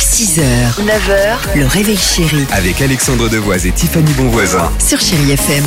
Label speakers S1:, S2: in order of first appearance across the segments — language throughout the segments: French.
S1: 6h, 9h, le réveil chéri
S2: Avec Alexandre Devoise et Tiffany Bonvoisin.
S1: sur Chéri FM.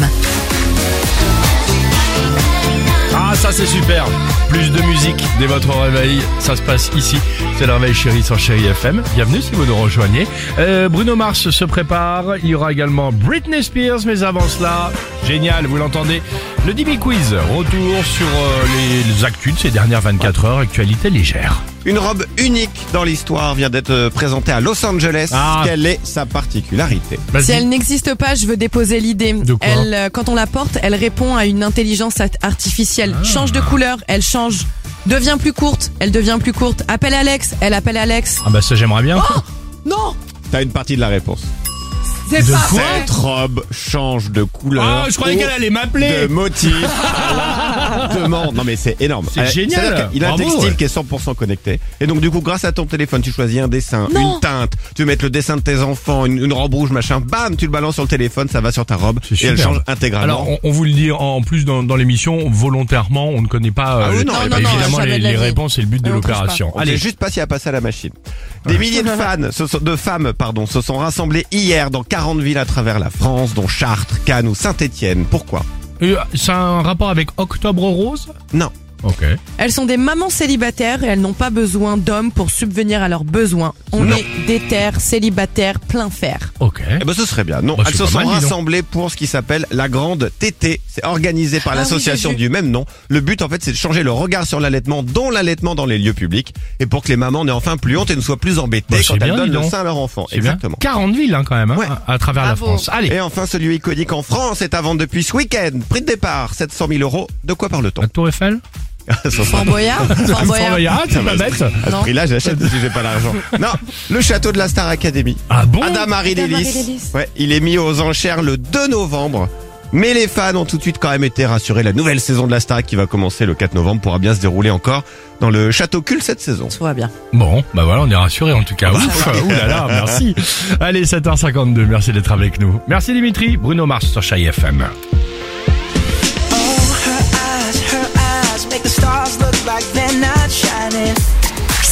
S3: Ah ça c'est super Plus de musique dès votre réveil, ça se passe ici. C'est le réveil chéri sur chéri FM. Bienvenue si vous nous rejoignez. Euh, Bruno Mars se prépare, il y aura également Britney Spears, mais avant cela, génial, vous l'entendez. Le Dimi Quiz, retour sur euh, les, les actus de ces dernières 24 heures, actualité légère.
S4: Une robe unique dans l'histoire vient d'être euh, présentée à Los Angeles.
S3: Ah.
S4: Quelle est sa particularité
S5: Si elle
S3: Vas-y.
S5: n'existe pas, je veux déposer l'idée.
S3: De quoi
S5: Elle, euh, quand on la porte, elle répond à une intelligence at- artificielle.
S3: Ah.
S5: Change de couleur, elle change. Devient plus courte, elle devient plus courte. Appelle Alex, elle appelle Alex.
S3: Ah bah ça j'aimerais bien.
S5: Non,
S4: T'as une partie de la réponse.
S5: c'est
S3: De
S5: pas
S3: quoi
S5: vrai.
S4: Cette robe change de couleur.
S3: Ah je croyais
S4: au-
S3: qu'elle allait
S4: Oh. De
S3: m'appeler
S4: motif à la demande. Non mais c'est énorme.
S3: C'est
S4: Elle-
S3: génial.
S4: c'est-à-dire qu'il a
S3: Bravo,
S4: un textile
S3: ouais.
S4: qui est 100% connecté. Et donc du coup, grâce à ton téléphone, tu choisis un dessin,
S5: Non.
S4: une teinte. Tu veux mettre le dessin de tes enfants, une, une robe rouge, machin. Bam, tu le balances sur le téléphone, ça va sur ta robe
S3: C'est
S4: et elle
S3: super.
S4: change intégralement.
S3: Alors, on, on vous le dit en- en plus dans, dans l'émission, volontairement, on ne connaît pas euh,
S4: Ah oui,
S3: le-
S4: non,
S3: bah,
S4: non, non,
S3: évidemment
S5: jamais
S3: les,
S5: de la
S3: les
S5: vie.
S3: réponses et le but de
S5: On trouve
S3: l'opération.
S4: On
S3: Allez,
S4: sait juste pas si elle a passé à la machine. Des milliers de fans, se sont- de femmes, pardon, se sont rassemblées hier dans 40 villes à travers la France, dont Chartres, Cannes ou Saint-Étienne. Pourquoi
S3: Euh, ça a un rapport avec Octobre Rose
S4: Non.
S3: Ok.
S5: Elles sont des mamans célibataires et elles n'ont pas besoin d'hommes pour subvenir à leurs besoins. On
S3: Non.
S5: est des terres célibataires plein fer.
S3: Ok.
S4: Eh ben ce serait bien. Non,
S3: Bah,
S4: elles
S3: c'est
S4: se
S3: pas
S4: sont
S3: mal, dis donc.
S4: rassemblées pour ce qui s'appelle la grande TT. C'est organisé par
S5: Ah oui,
S4: l'association
S5: j'ai vu.
S4: du même nom. Le but en fait, c'est de changer le regard sur l'allaitement, dont l'allaitement dans les lieux publics, et pour que les mamans n'aient enfin plus honte et ne soient plus embêtées
S3: Bah, c'est
S4: quand
S3: bien,
S4: elles
S3: dis
S4: donnent le
S3: donc.
S4: sein à leur enfant.
S3: C'est bien.
S4: Exactement.
S3: 40 villes hein, quand même hein,
S4: Ouais.
S3: à travers la
S5: Bravo.
S3: France. Allez,
S4: Et enfin, celui iconique en France est à vendre depuis ce week-end. Prix de départ, 700 000 euros. De quoi parle-t-on
S3: la Tour Eiffel.
S4: Ce sera
S5: Fort Boyard, Fort Boyard.
S3: Ah, c'est pas bête.
S4: À ce
S5: Non.
S4: prix-là, j'achète si j'ai pas l'argent. Non, le château de la Star Academy.
S3: Ah bon
S4: Adamari Lélis. Ouais, il est mis aux enchères le 2 novembre. Mais les fans ont tout de suite quand même été rassurés. La nouvelle saison de la Star qui va commencer le 4 novembre pourra bien se dérouler encore dans le château cul cette saison.
S5: Tout va bien.
S3: Bon, bah voilà, on est rassurés en tout
S4: Bah
S3: cas. Ouf, ouh là là, merci. Allez, 7h52, merci d'être avec nous. Merci Dimitri, Bruno Mars sur Chai FM.
S6: her eyes make the stars look like they're not shining.